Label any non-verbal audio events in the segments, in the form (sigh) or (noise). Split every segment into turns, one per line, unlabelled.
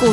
股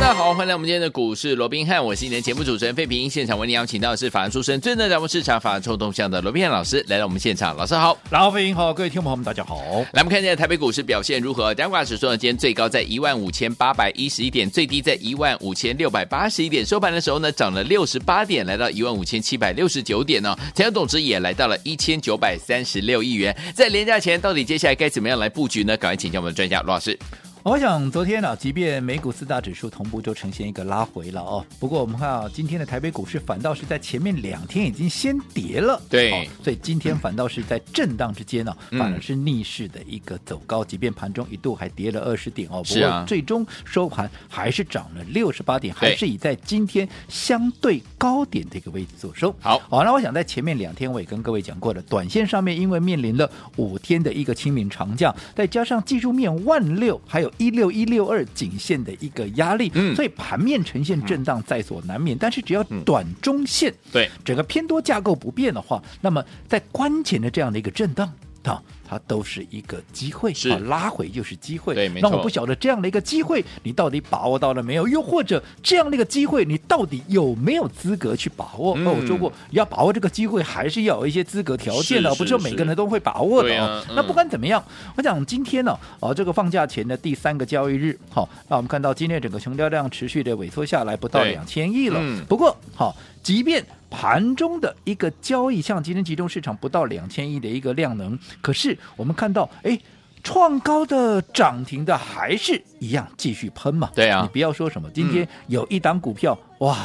大家好，欢迎来我们今天的股市罗宾汉，我是你的节目主持人费平。现场为您邀请到的是法案出身、最能掌握市场法案臭动向的罗宾汉老师来到我们现场，老师好。
然后，飞鹰好，各位听众朋友们，大家好。
来，我们看一下台北股市表现如何？加挂指数呢，今天最高在15,811点，最低在15,681点，收盘的时候呢，涨了68点，来到15,769点哦。成交总值也来到了1,936亿元。在廉价前，到底接下来该怎么样来布局呢？赶快请教我们的专家罗老师。
我想昨天呢、啊，即便美股四大指数同步都呈现一个拉回了哦，不过我们看啊，今天的台北股市反倒是在前面两天已经先跌了，
对
哦所以今天反倒是在震荡之间呢、哦
嗯
反而是逆势的一个走高，即便盘中一度还跌了二十点哦，不
是啊
过最终收盘还是涨了六十八点，还
对
是以在今天相对高点的一个位置做收。
好
好、那我想在前面两天我也跟各位讲过了，短线上面因为面临了五天的一个清明长假，再加上技术面万六还有一六一六二颈线的一个压力，
嗯
所以盘面呈现震荡在所难免。但是只要短中线、
对
整个偏多架构不变的话，那么在关前的这样的一个震荡。啊，它都是一个机会，
是
啊拉回就是机会。
对没
那
错
我不晓得这样的一个机会，你到底把握到了没有？又或者这样的一个机会，你到底有没有资格去把握？
嗯
哦，我说过，要把握这个机会，还是要有一些资格条件的，
是是
不是每个人都会把握的
对
哦
啊。
那
嗯
不管怎么样，我讲今天呢、啊，这个放假前的第三个交易日，好、那我们看到今天整个成交量持续的萎缩下来，不到
对
两千亿了。
嗯
不过，好、即便盘中的一个交易，像今天集中市场不到两千亿的一个量能，可是我们看到，哎。创高的涨停的还是一样继续喷嘛？
对啊
你不要说什么，今天有一档股票、哇，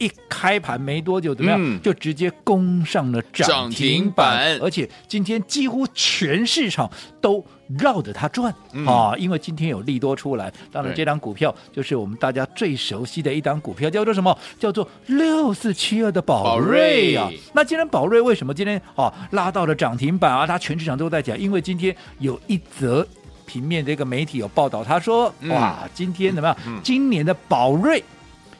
一开盘没多久怎么样，
嗯
就直接攻上了涨
涨停
停
板，
板而且今天几乎全市场都绕着它转、
嗯
啊，因为今天有利多出来。当然，
对
这档股票就是我们大家最熟悉的一档股票，叫做什么？叫做六四七二的宝瑞啊
宝瑞。
那既然宝瑞为什么今天啊拉到了涨停板啊？它全市场都在讲，因为今天有一则。平面的一个媒体有报道，他说：“
嗯
哇，今天怎么样？
嗯
今年的宝瑞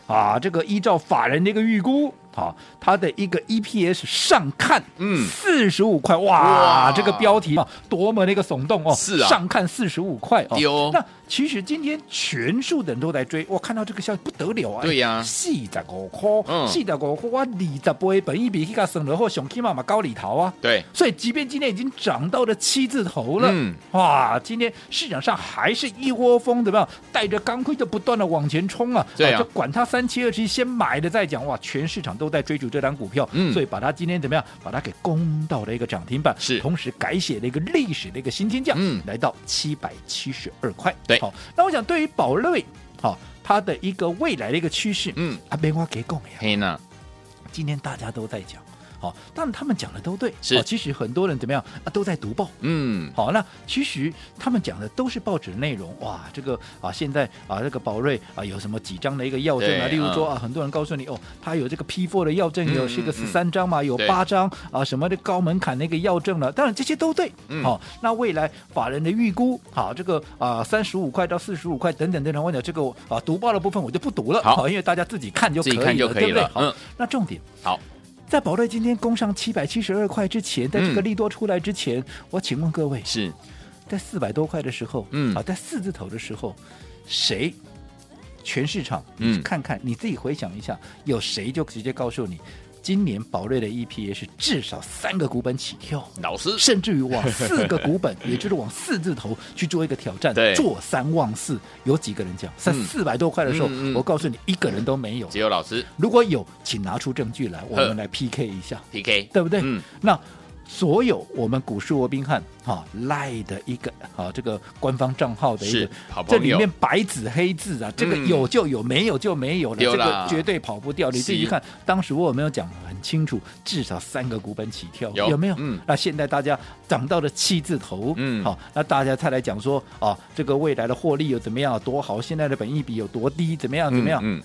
啊，这个依照法人的一个预估，啊，它的一个 EPS 上看，
嗯
四十五块，
哇
哇，这个标题啊，多么的一个耸动哦，
是啊
上看四十五块哦，
丢
那其实今天全数的人都在追，我看到这个消息不得了啊，
对呀
四十五块，
嗯
四十五块，我二十倍本一比去个省了后，熊起妈妈高里头啊，
对，
所以，即便今天已经涨到了七字头了，
嗯
哇，今天市场上还是一窝蜂，怎么样？带着钢盔就不断的往前冲啊！
对啊
就管它三七二十一，先买了再讲。哇，全市场都在追逐这档股票，
嗯
所以把它今天怎么样？把它给攻到了一个涨停板，
是
同时改写了一个历史的一个新天价，
嗯
来到七百七十二块。
对
好，那我想对于宝瑞，好、它的一个未来的一个趋势，
嗯，
啊，没话给讲呀。
黑娜，
今天大家都在讲，好、但他们讲的都对，
是
好其实很多人怎么样啊，都在读报。
嗯，
好，那其实他们讲的都是报纸内容，哇，这个啊，现在啊，这个宝瑞啊，有什么几张的一个药证啊？
对
例如说啊，很多人告诉你哦，他有这个 P four 的药证，
嗯
有是个十
嗯
三张嘛，有
对
八张啊，什么的高门槛的一个药证了，当然这些都对，
嗯
好、那未来法人的预估，好，这个啊，三十五块到四十五块等等等等，我讲这个啊，读报的部分我就不读了，
好
因为大家自己看就
自
可以
己
了，
看就可以
对不对？
了
好，
嗯
那重点
好，
在宝瑞今天攻上七百七十二块之前，在这个
嗯
利多出来之前，我请问各位，
是
在四百多块的时候，
嗯
啊，在四字头的时候，谁？全市场，
嗯
你看看你自己回想一下，有谁就直接告诉你，今年宝瑞的 EPA 是至少三个股本起跳，
老师，
甚至于往四个股
(laughs)
本，也就是往四字头去做一个挑战
对，
坐三望四，有几个人讲？在
嗯
四百多块的时候，
嗯嗯
我告诉你，一个人都没有。
只有老师
如果有，请拿出证据来，我们来 PK 一下。
PK，
对不对？
呃嗯，
那所有我们股市罗宾汉哈赖的一个啊这个官方账号的一
是
个
好，朋
这
友
里面白纸黑字啊，这个
嗯
有就有，没有就没有了，
有
这
啦
个绝对跑不掉。你自己
是
看，当时我有没有讲很清楚？至少三个股本起跳，
有
没有？
嗯
那现在大家涨到了七字头，
嗯
好，那大家才来讲说啊，这个未来的获利有怎么样多好，现在的本益比有多低，怎么样怎么样？
嗯，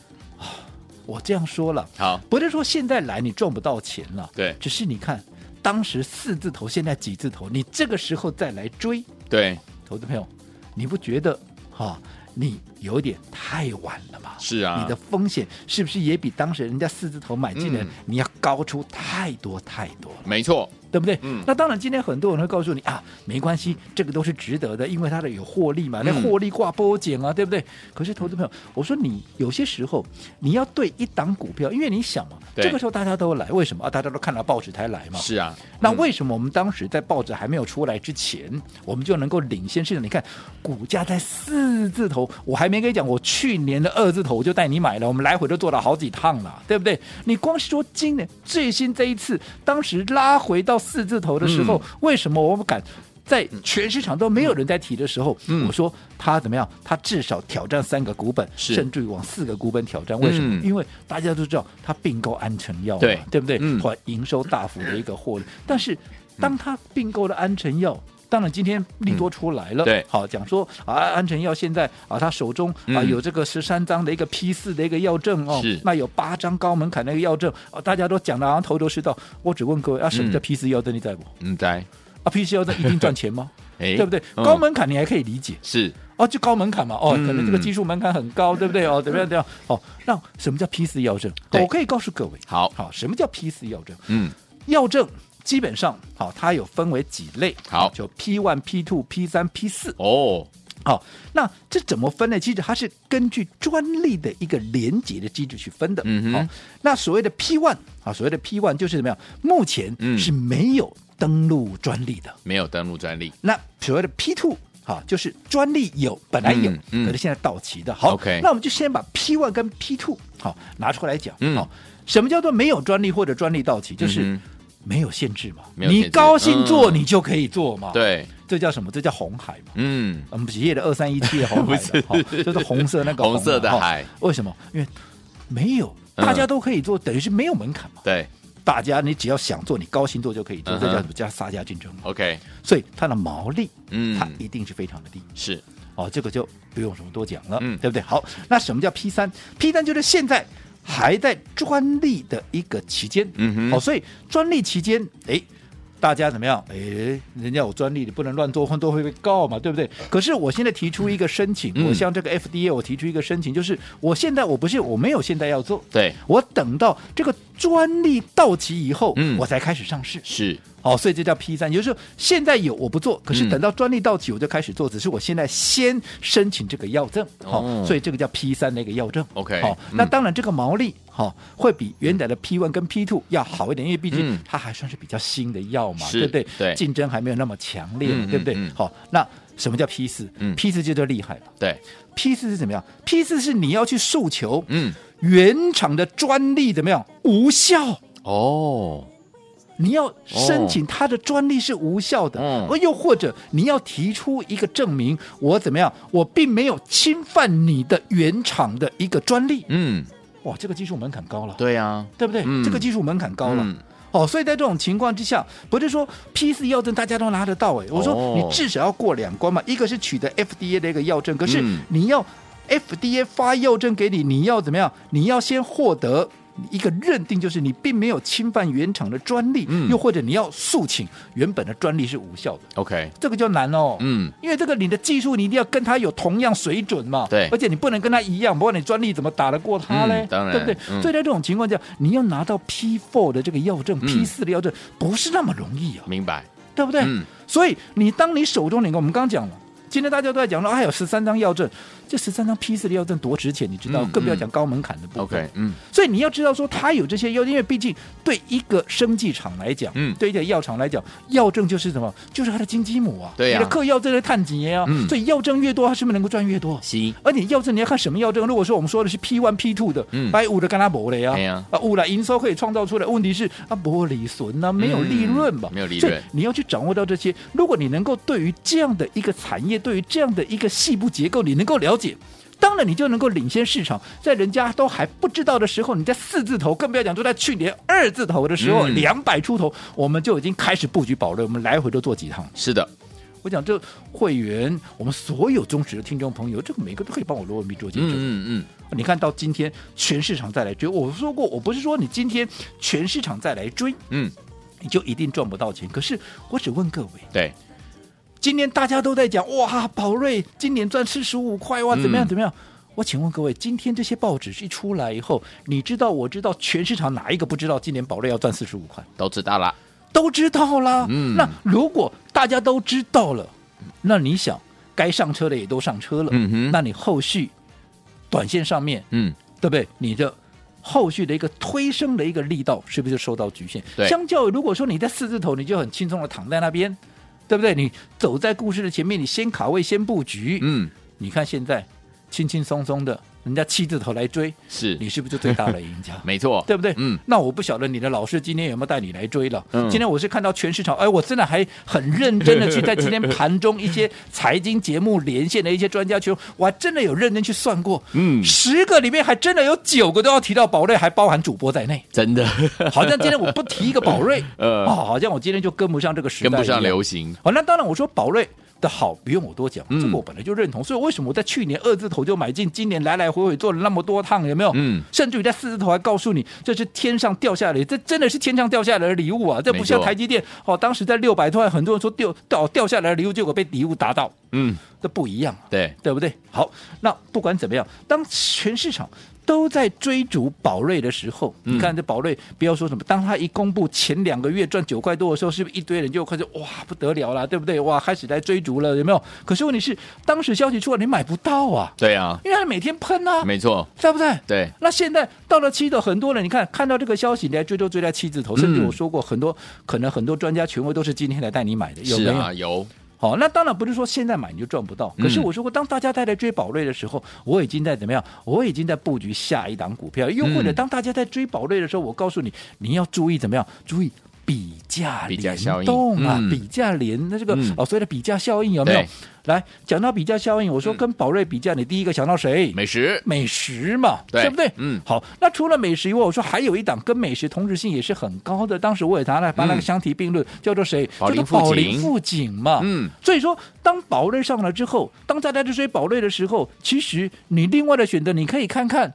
我这样说了，
好，
不是说现在来你赚不到钱了，
对
只是你看当时四字头，现在几字头，你这个时候再来追，
对，
投资朋友，你不觉得哈、你有点太晚了吗？
是啊，
你的风险是不是也比当时人家四字头买进来，
嗯
你要高出太多太多了，
没错，
对不对？
嗯
那当然，今天很多人会告诉你啊，没关系，这个都是值得的，因为它的有获利嘛，那
嗯
获利挂波减啊，对不对？可是投资朋友，我说你有些时候你要对一档股票，因为你想嘛，
对
这个时候大家都来，为什么啊？大家都看到报纸才来嘛，
是啊，
那
嗯
为什么我们当时在报纸还没有出来之前，我们就能够领先市场？你看，股价在四字头，我还没跟你讲，我去年的二字头我就带你买了，我们来回都做了好几趟了，对不对？你光是说今年最新这一次，当时拉回到四字头的时候，
嗯
为什么我们敢？在全市场都没有人在提的时候，
嗯
我说它怎么样？它至少挑战三个股本，
是
甚至于往四个股本挑战。为什么？
嗯
因为大家都知道它并购安诚药嘛，
对
对不对？
嗯
或营收大幅的一个获利。但是当他并购了安诚药。当然，今天利多出来了，
嗯对
好讲说啊，安诚药现在啊，他手中啊
嗯
有这个十三张的一个 P 四的一个药证哦
是，
那有八张高门槛那个药证，啊，大家都讲的好像头头是道。我只问各位啊，什么叫
嗯
P 四药证？你在不？
嗯，在，
啊，P 四药证一定赚
(laughs)
钱吗？
哎，
对不对？
嗯
高门槛你还可以理解，
是
哦，就高门槛嘛，哦，
嗯
可能这个技术门槛很高，对不对？哦，怎么样？怎么样？哦，那什么叫 P 四药证？哦
对
我可以告诉各位，
好
好，什么叫 P 四药证？
嗯，
药证基本上好，它有分为几类，
好
就 P one、P two、P 三、P 四。
哦，
好，那这怎么分呢？其实它是根据专利的一个连接的机制去分的。
嗯哼
好，那所谓的 P one 啊，所谓的 P one 就是怎么样？目前
嗯
是没有登录专利的。
没有登录专利，
那所谓的 P two 哈，就是专利有，本来有，
嗯嗯
可是现在到期的。好
OK
那我们就先把 P one 跟 P two 好拿出来讲。
嗯
好，什么叫做没有专利或者专利到期？就是
嗯
没有限制嘛，
没有限制
你高兴做
嗯
你就可以做嘛。，
对，
这叫什么？这叫红海嘛。
嗯，
我们企业的二三一七的红海
不是 (laughs)
了，好就是红色那个
红色的
嘛
海。
哈为什么？因为没有，
嗯
大家都可以做，等于是没有门槛嘛。
对
大家你只要想做，你高兴做就可以做，
嗯
这
哼
叫什么？叫杀价竞争嘛。
，OK，
所以它的毛利，
嗯
它一定是非常的低。
是，
哦，这个就不用什么多讲了，
嗯
对不对？好，那什么叫 P 三？P 三就是现在还在专利的一个期间，
嗯哼
好、所以专利期间，哎。大家怎么样？哎，人家有专利，你不能乱做，都会被告嘛，对不对？可是我现在提出一个申请，
嗯
我向这个 FDA 我提出一个申请，就是我现在我不是我没有现在要做，
对，
我等到这个专利到期以后，
嗯
我才开始上市。
是，
哦，所以这叫 P 三，也就是说现在有我不做，可是
嗯
等到专利到期我就开始做，只是我现在先申请这个药证，好、
哦
所以这个叫 P 三的一个药证。
OK，
好、
嗯
那当然这个毛利好、会比原来的 P one 跟 P two 要好一点，因为毕竟
嗯
它还算是比较新的药嘛，
是
对不对？
对
竞争还没有那么强烈嘛，
嗯
对不对
嗯嗯？
好、那什么叫 P 四、
嗯
p 四就叫厉害了。
对，
P 四是怎么样？P 四是你要去诉求
嗯，
原厂的专利怎么样无效。
哦，
你要申请他的专利是无效的，
嗯
哦而又或者你要提出一个证明，我怎么样，我并没有侵犯你的原厂的一个专利。
嗯，
哇，这个技术门槛高了，
对啊，
对不对？
嗯
这个技术门槛高了。
嗯
哦，所以在这种情况之下，不是说 P 四药证大家都拿得到哎，我
哦
说你至少要过两关嘛，一个是取得 FDA 的一个药证，可是
嗯
你要 FDA 发药证给你，你要怎么样？你要先获得。一个认定就是你并没有侵犯原厂的专利，
嗯
又或者你要诉请原本的专利是无效的，
，OK，
这个就难哦。
嗯，
因为这个你的技术你一定要跟他有同样水准嘛，
对
而且你不能跟他一样，不然你专利怎么打得过他嘞？
嗯当然
对不对？
嗯
所以在这种情况下，你要拿到 P four 的这个药证、
嗯
p 四的药证不是那么容易啊，
明白，
对不对？
嗯
所以你当你手中那个，我们刚刚讲了。今天大家都在讲说，哎有十三张药证，这十三张 P 四的药证多值钱，你知道？
嗯
更不要
嗯
讲高门槛的部分。
，OK，嗯，
所以你要知道说，它有这些药，因为毕竟对一个生技厂来讲，
嗯
对一个药厂来讲，药证就是什么？就是它的金鸡母啊，
对呀
你的客药证的探几啊，
嗯
所以药证越多，它是不是能够赚越多？
西，
而且药证你要看什么药证？如果说我们说的是 P one P two 的，
嗯
百五的干拉博的呀
哎呀，
啊五了营收可以创造出来，问题是啊薄利损啊，没有利润嘛，
嗯没有利
所以
润
你要去掌握到这些。如果你能够对于这样的一个产业，对于这样的一个细部结构，你能够了解。当然，你就能够领先市场，在人家都还不知道的时候，你在四字头，更不要讲说在去年二字头的时候，
嗯
两百、出头，我们就已经开始布局保利，我们来回都做几趟。
是的，
我讲这会员，我们所有忠实的听众朋友，这个每个都可以帮我罗文斌做见
嗯
证。
嗯嗯，
你看到今天全市场再来追，我说过，我不是说你今天全市场再来追，
嗯，
你就一定赚不到钱。可是我只问各位，
对，
今年大家都在讲哇，宝瑞今年赚四十五块哇，怎么样
嗯
怎么样？我请问各位，今天这些报纸一出来以后，你知道我知道全市场哪一个不知道今年宝瑞要赚四十五块？
都知道了，
都知道啦。
嗯
那如果大家都知道了，那你想该上车的也都上车了，
嗯哼
那你后续短线上面
嗯，
对不对？你的后续的一个推升的一个力道是不是就受到局限
对？
相较于如果说你在四字头，你就很轻松的躺在那边，对不对？你走在故事的前面，你先卡位，先布局。
嗯，
你看现在轻轻松松的，人家七字头来追，
是，？
你是不是就最大的赢家
没错，
对不对？
嗯，
那我不晓得你的老师今天有没有带你来追了。
嗯
今天我是看到全市场，哎，我真的还很认真的去在今天盘中一些财经节目连线的一些专家去，我还真的有认真去算过，
嗯
十个里面还真的有九个都要提到宝瑞，还包含主播在内。
真的，
好像今天我不提一个宝瑞，
(laughs) 呃
哦，好像我今天就跟不上这个时代
跟不
一样，
上流行，
哦好，那当然我说宝瑞。的好不用我多讲，
嗯
这个我本来就认同，所以为什么我在去年二字头就买进，今年来来回回做了那么多趟，有没有？
嗯
甚至于在四字头还告诉你，这是天上掉下来的，这真的是天上掉下来的礼物啊！这
没
不
错
像台积电哦，当时在六百块，很多人说掉掉掉下来的礼物，结果被礼物打到，
嗯，
这不一样啊、
对，
对不对？好，那不管怎么样，当全市场都在追逐宝瑞的时候，
嗯
你看这宝瑞，不要说什么，当他一公布前两个月赚九块多的时候，是不是一堆人就开始哇不得了啦，对不对？哇，开始来追逐了，有没有？可是问题是，当时消息出来你买不到啊，
对啊，
因为他每天喷啊，
没错，
对不对？
对，
那现在到了七的，很多人你看看到这个消息，你还追都追在七字头，甚至
嗯
我说过，很多可能很多专家权威都是今天来带你买的，有
是
没有？
啊，有，
好，那当然不是说现在买你就赚不到。可是
嗯
我说过，当大家在来追宝瑞的时候，我已经在怎么样？我已经在布局下一档股票。又或者
嗯
当大家在追宝瑞的时候，我告诉你，你要注意怎么样？注意。比价
比价
联
效应
动啊，
嗯
比价联那这个、
嗯
哦，所谓的比价效应有没有
对？嗯
来讲到比价效应，我说跟宝瑞比价，你第一个想到谁？
美食，
美食嘛，
对
不对？
嗯
好，那除了美食以外，我说还有一档跟美食同质性也是很高的，当时我也拿来把
嗯
那个相提并论，叫做谁？
宝林
叫做
富
宝
锦
林富锦嘛。
嗯，
所以说，当宝瑞上来之后，当大家在追宝瑞的时候，其实你另外的选择，你可以看看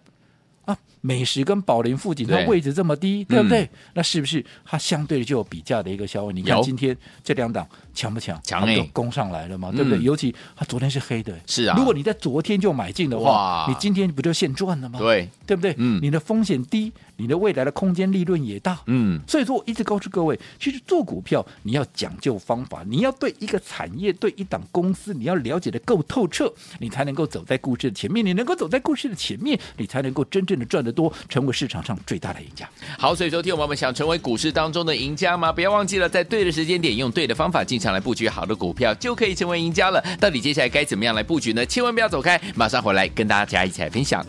啊，美食跟宝林富锦它
对
位置这么低，对
嗯
不对？那是不是它相对就有比价的一个效应？你看
有
今天这两档强不强？
强
它们
欸
都攻上来了嘛，对不对？
嗯
尤其它昨天是黑的，
是啊
如果你在昨天就买进的
哇
话，你今天不就现赚了吗？
对，
对不对？
嗯
你的风险低，你的未来的空间利润也大。
嗯，
所以说，我一直告诉各位，其实做股票你要讲究方法，你要对一个产业、对一档公司，你要了解的够透彻，你才能够走在故事的前面。你能够走在故事的前面，你才能够真正的赚得多，成为市场上最大的赢家。
好，所以说，听我们想成为股市当中的赢家吗？不要忘记了，在对的时间点，用对的方法进场来布局好的股票，就可以成为赢家了。到底接下来该怎么样来布局呢？千万不要走开，马上回来跟大家一起来分享。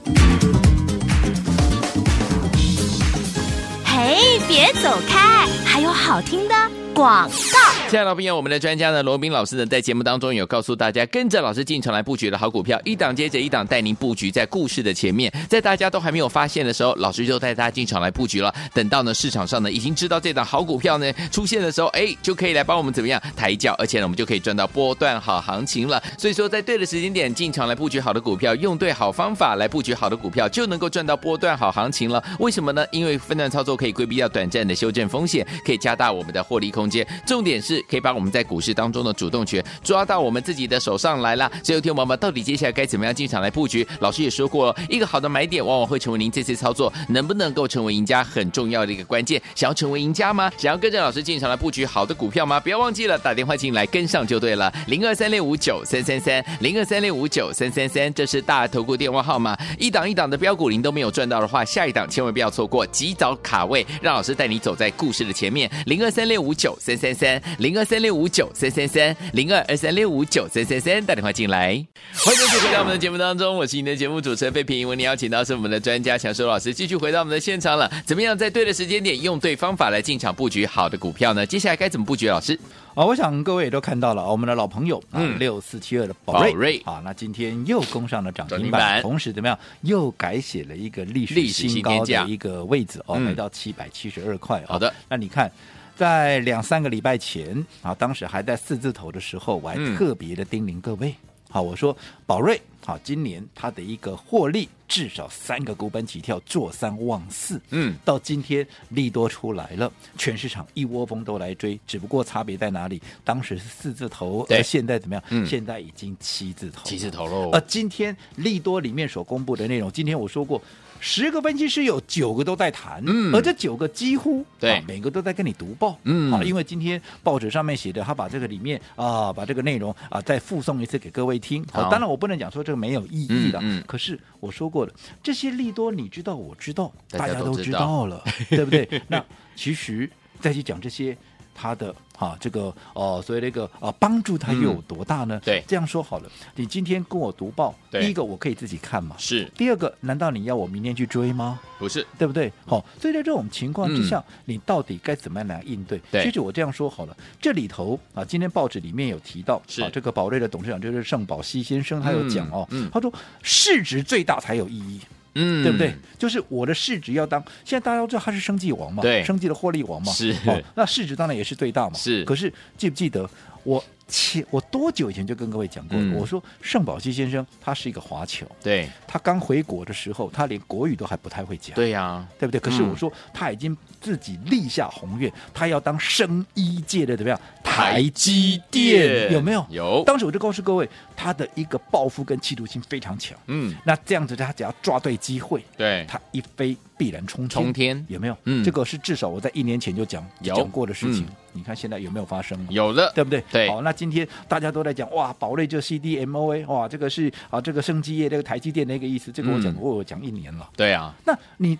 嘿，别走开，还有好听的广告。
亲爱的朋友我们的专家呢，罗斌老师呢，在节目当中有告诉大家，跟着老师进场来布局的好股票，一档接着一档带您布局在故事的前面，在大家都还没有发现的时候，老师就带大家进场来布局了。等到呢市场上呢已经知道这档好股票呢出现的时候，哎，就可以来帮我们怎么样抬轿，而且呢我们就可以赚到波段好行情了。所以说，在对的时间点进场来布局好的股票，用对好方法来布局好的股票，就能够赚到波段好行情了。为什么呢？因为分段操作可以规避掉短暂的修正风险，可以加大我们的获利空间。重点是可以把我们在股市当中的主动权抓到我们自己的手上来啦。所以，听友们，到底接下来该怎么样进场来布局？老师也说过了，一个好的买点往往会成为您这次操作能不能够成为赢家很重要的一个关键。想要成为赢家吗？想要跟着老师进场来布局好的股票吗？不要忘记了打电话进来跟上就对了，零二三六五九三三三，零二三六五九三三三，这是大投顾电话号码。一档一档的标股您都没有赚到的话，下一档千万不要错过，及早卡位，让老师带你走在故事的前面。零二三六五九三三三，零二三六五九三三三，零二二三六五九三三三，打电话进来。欢迎继续回到我们的节目当中，我是您的节目主持人费平。为您邀请到是我们的专家强叔老师，继续回到我们的现场了。怎么样在对的时间点，用对方法来进场布局好的股票呢？接下来该怎么布局？老师，
啊，我想各位也都看到了，啊我们的老朋友啊
嗯，
六四七二的宝瑞
宝瑞
啊，那今天又攻上了涨
涨停
停
板
板，同时怎么样，又改写了一个历史
历史新
新
天
高
价
的一个位置哦，
嗯
来到七百七十二块、哦。
好的，
那你看。在两三个礼拜前啊，当时还在四字头的时候，我还
嗯
特别的叮咛各位，好，我说宝瑞好，今年它的一个获利至少三个股本起跳，做三望四。
嗯，
到今天利多出来了，全市场一窝蜂都来追，只不过差别在哪里？当时是四字头，
对
而现在怎么样？
嗯
现在已经七字头了，
七字头喽
呃，，今天利多里面所公布的内容，今天我说过，十个分析师有九个都在谈，
嗯
而这九个几乎
对
啊每个都在跟你读报，
嗯
啊，因为今天报纸上面写的，他把这个里面啊，把这个内容啊再附送一次给各位听。
好
当然我不能讲说这个没有意义了，
嗯嗯
可是我说过了，这些利多你知道，我知道，
大
大
家
家
都
都
知
知
道 (laughs)
道了，对不对？那其实再去讲这些。他的啊，这个哦、所以那个啊，帮助他又有多大呢？
对
这样说好了，你今天跟我读报，
对
第一个我可以自己看嘛，
是
第二个，难道你要我明天去追吗？
不是？
对不对？好、所以在这种情况之下，你到底该怎么样来应对？
嗯对
其实我这样说好了，这里头啊，今天报纸里面有提到，
是
啊、这个宝瑞的董事长就是盛宝熙先生，他有讲哦，
嗯嗯
他说市值最大才有意义。
嗯，
对不对？？就是我的市值要当，现在大家都知道他是生计王嘛，
对
生计的获利王嘛，
是
哦，那市值当然也是最大嘛，
是
可是记不记得我前我多久以前就跟各位讲过了，
嗯
我说盛宝熙先生他是一个华侨，
对，
他刚回国的时候，他连国语都还不太会讲，
对呀，
对不对？可是
嗯
我说他已经自己立下宏愿，他要当生医界的怎么样
台积电哦
有没有？
有
当时我就告诉各位，他的一个抱负跟企图心非常强。
嗯，
那这样子，他只要抓对机会，
对，
它一飞必然冲天，
冲天
有没有？
嗯
这个是至少我在一年前就讲
有
讲过的事情
嗯。
你看现在有没有发生？，
有了，
对不对？
对
好，那今天大家都在讲哇，宝瑞就 CDMOA，哇，这个是啊，这个生机业，这个台积电的一个意思，这个我讲
嗯
过，我讲一年了。
对啊， (laughs)
那你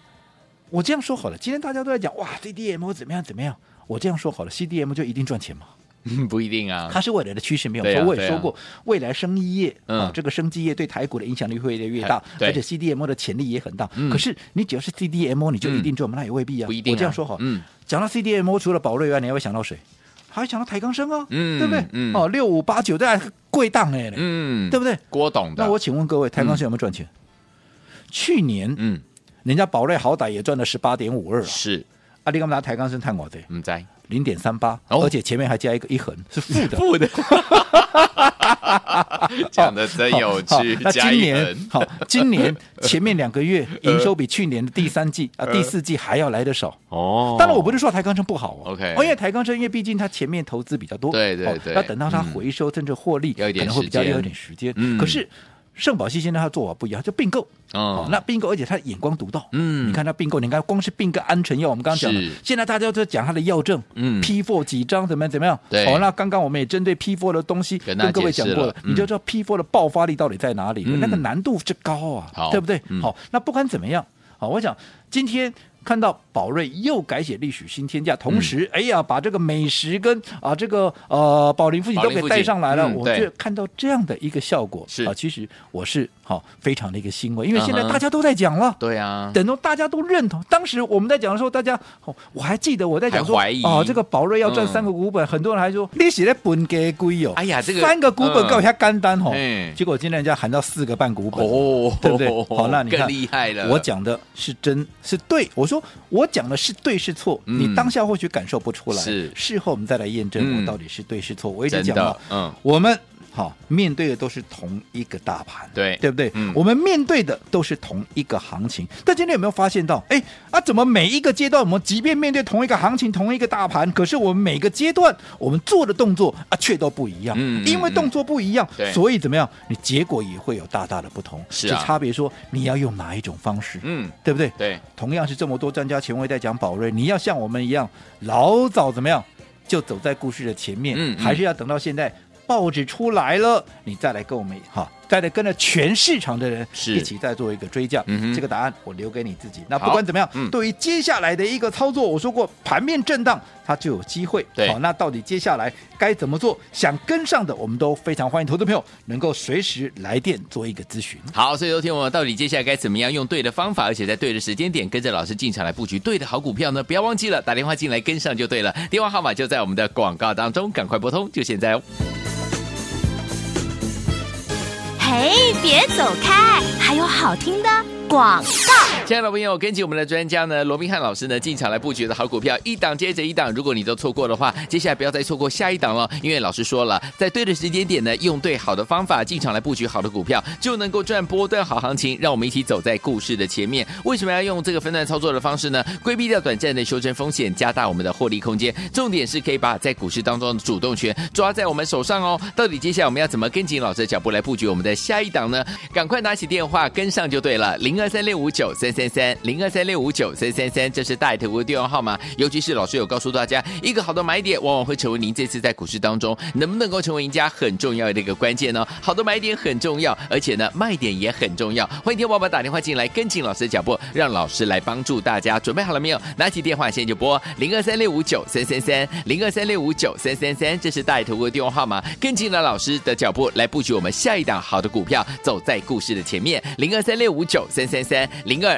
我这样说好了，今天大家都在讲哇，CDMO 怎么样怎么样，我这样说好了，CDM 就一定赚钱吗？
嗯不一定啊，
它是未来的趋势，没有
对啊
错。我也
对啊
说过，未来生意业
嗯
啊，这个生技业对台股的影响力会越来越大，
对
而且 CDMO 的潜力也很大
嗯。
可是你只要是 CDMO，你就
嗯
一定赚吗？那也未必啊。
不一定啊
我这样说好，
嗯，
讲到 CDMO，除了宝瑞以外，啊你还会想到谁？还会想到台钢生啊，
嗯
对不对？
嗯
哦，六五八九在贵档哎，
嗯，
对不对？
郭董的，
那我请问各位，台钢生有没有赚钱？去年
嗯
人家宝瑞好歹也赚了十八点五二了，
是，
啊，你干嘛拿台钢生探我的？
嗯在
零点三八，
哦
而且前面还加一个一横，是 (laughs) 负的。
不的， (laughs) 讲的真有
好
趣，
那
加
今
一呃
年
人
好，今年前面两
(laughs)
个月营收比去年的第三季啊、第四季还要来得少。
呃哦
当然，我不是说台钢生不好哦
OK
哦因为台钢生，因为毕竟它前面投资比较多，
对对
哦
对
那等到它回收甚至获利，
要一点
可能会比较
时间
要一点时间。
嗯
可是圣保系现在它做法不一样，它就并购。
哦
哦，那并购，而且他眼光独到。
嗯
你看他并购，你看光是并购安全药，我们刚刚讲
是
的，现在大家都在讲他的药证，
嗯
，P four 几张怎么样怎么样？
对
好，那刚刚我们也针对 P four 的东西
跟
跟
大家
各位
解
讲
释
过
了
了，
嗯
你就知道 P four 的爆发力到底在哪里
嗯，
那个难度之高啊
好，
对不对
嗯？
好，那不管怎么样，好，我想今天。看到宝瑞又改写历史新天
嗯
价，同时，哎呀，把这个美食跟啊这个呃宝林附近
宝
都
林
给
附
带
近
上来了，
嗯
我
对
觉得看到这样的一个效果
是
啊，其实我是好、非常的一个欣慰，因为现在
嗯哼
大家都在讲了。
对啊，
等到大家都认同，当时我们在讲的时候，大家、哦、我还记得我在讲说
还怀疑，
哦，这个宝瑞要
嗯
赚三个股本，很多人还说你写的本给贵哦，
哎呀这个
三个股本够下干单哦
嗯，
结果今天人家喊到四个半股本，
哦
对不对？好，那你看
更厉害了，
我讲的是真是对，我说我讲的是对是错，
嗯
你当下或许感受不出来，
是
事后我们再来验证
嗯
我到底是对是错。我一直
真
讲啊
的，，嗯，
我们好面对的都是同一个大盘，
对
对不对、
嗯
我们面对的都是同一个行情。但今天有没有发现到，哎啊，怎么每一个阶段，我们即便面对同一个行情、同一个大盘，可是我们每个阶段我们做的动作啊，却都不一样。
嗯嗯
因为
嗯
动作不一样
对，
所以怎么样，你结果也会有大大的不同。
是啊
只差别说你要用哪一种方式，
嗯，
对不对？
对，
同样是这么多专家前卫在讲宝瑞，你要像我们一样老早怎么样就走在故事的前面，
嗯嗯
还是要等到现在报纸出来了，你再来跟我们哈，再来跟着全市场的人
是
一起再做一个追价。
嗯哼
这个答案我留给你自己。那
好
不管怎么样，
嗯
对于接下来的一个操作，我说过盘面震荡它就有机会。
对
好，那到底接下来该怎么做？想跟上的，我们都非常欢迎投资朋友能够随时来电做一个咨询。
好，所以昨天我们到底接下来该怎么样用对的方法，而且在对的时间点，跟着老师进场来布局对的好股票呢？不要忘记了打电话进来跟上就对了，电话号码就在我们的广告当中，赶快拨通，就现在哦。
嘿，别走开，还有好听的广告。
亲爱的朋友，跟紧我们的专家呢，罗宾汉老师呢进场来布局的好股票，一档接着一档。如果你都错过的话，接下来不要再错过下一档了，因为老师说了，在对的时间点呢，用对好的方法进场来布局好的股票，就能够赚波段好行情。让我们一起走在故事的前面。为什么要用这个分段操作的方式呢？规避掉短暂的修正风险，加大我们的获利空间。重点是可以把在股市当中的主动权抓在我们手上哦。到底接下来我们要怎么跟紧老师的脚步来布局我们的下一档呢？赶快拿起电话跟上就对了，零二三六五九三三三，零二三六五九三三三，这是大头的电话号码。尤其是老师有告诉大家，一个好的买点往往会成为您这次在股市当中能不能够成为赢家很重要的一个关键哦。好的买点很重要，而且呢卖点也很重要。欢迎听宝宝打电话进来跟紧老师的脚步，让老师来帮助大家。准备好了没有？拿起电话现在就拨零二三六五九三三三，零二三六五九三三三，这是大头的电话号码。跟紧了老师的脚步来布局我们下一档好的股票，走在故事的前面。零二三六五九三三三，零二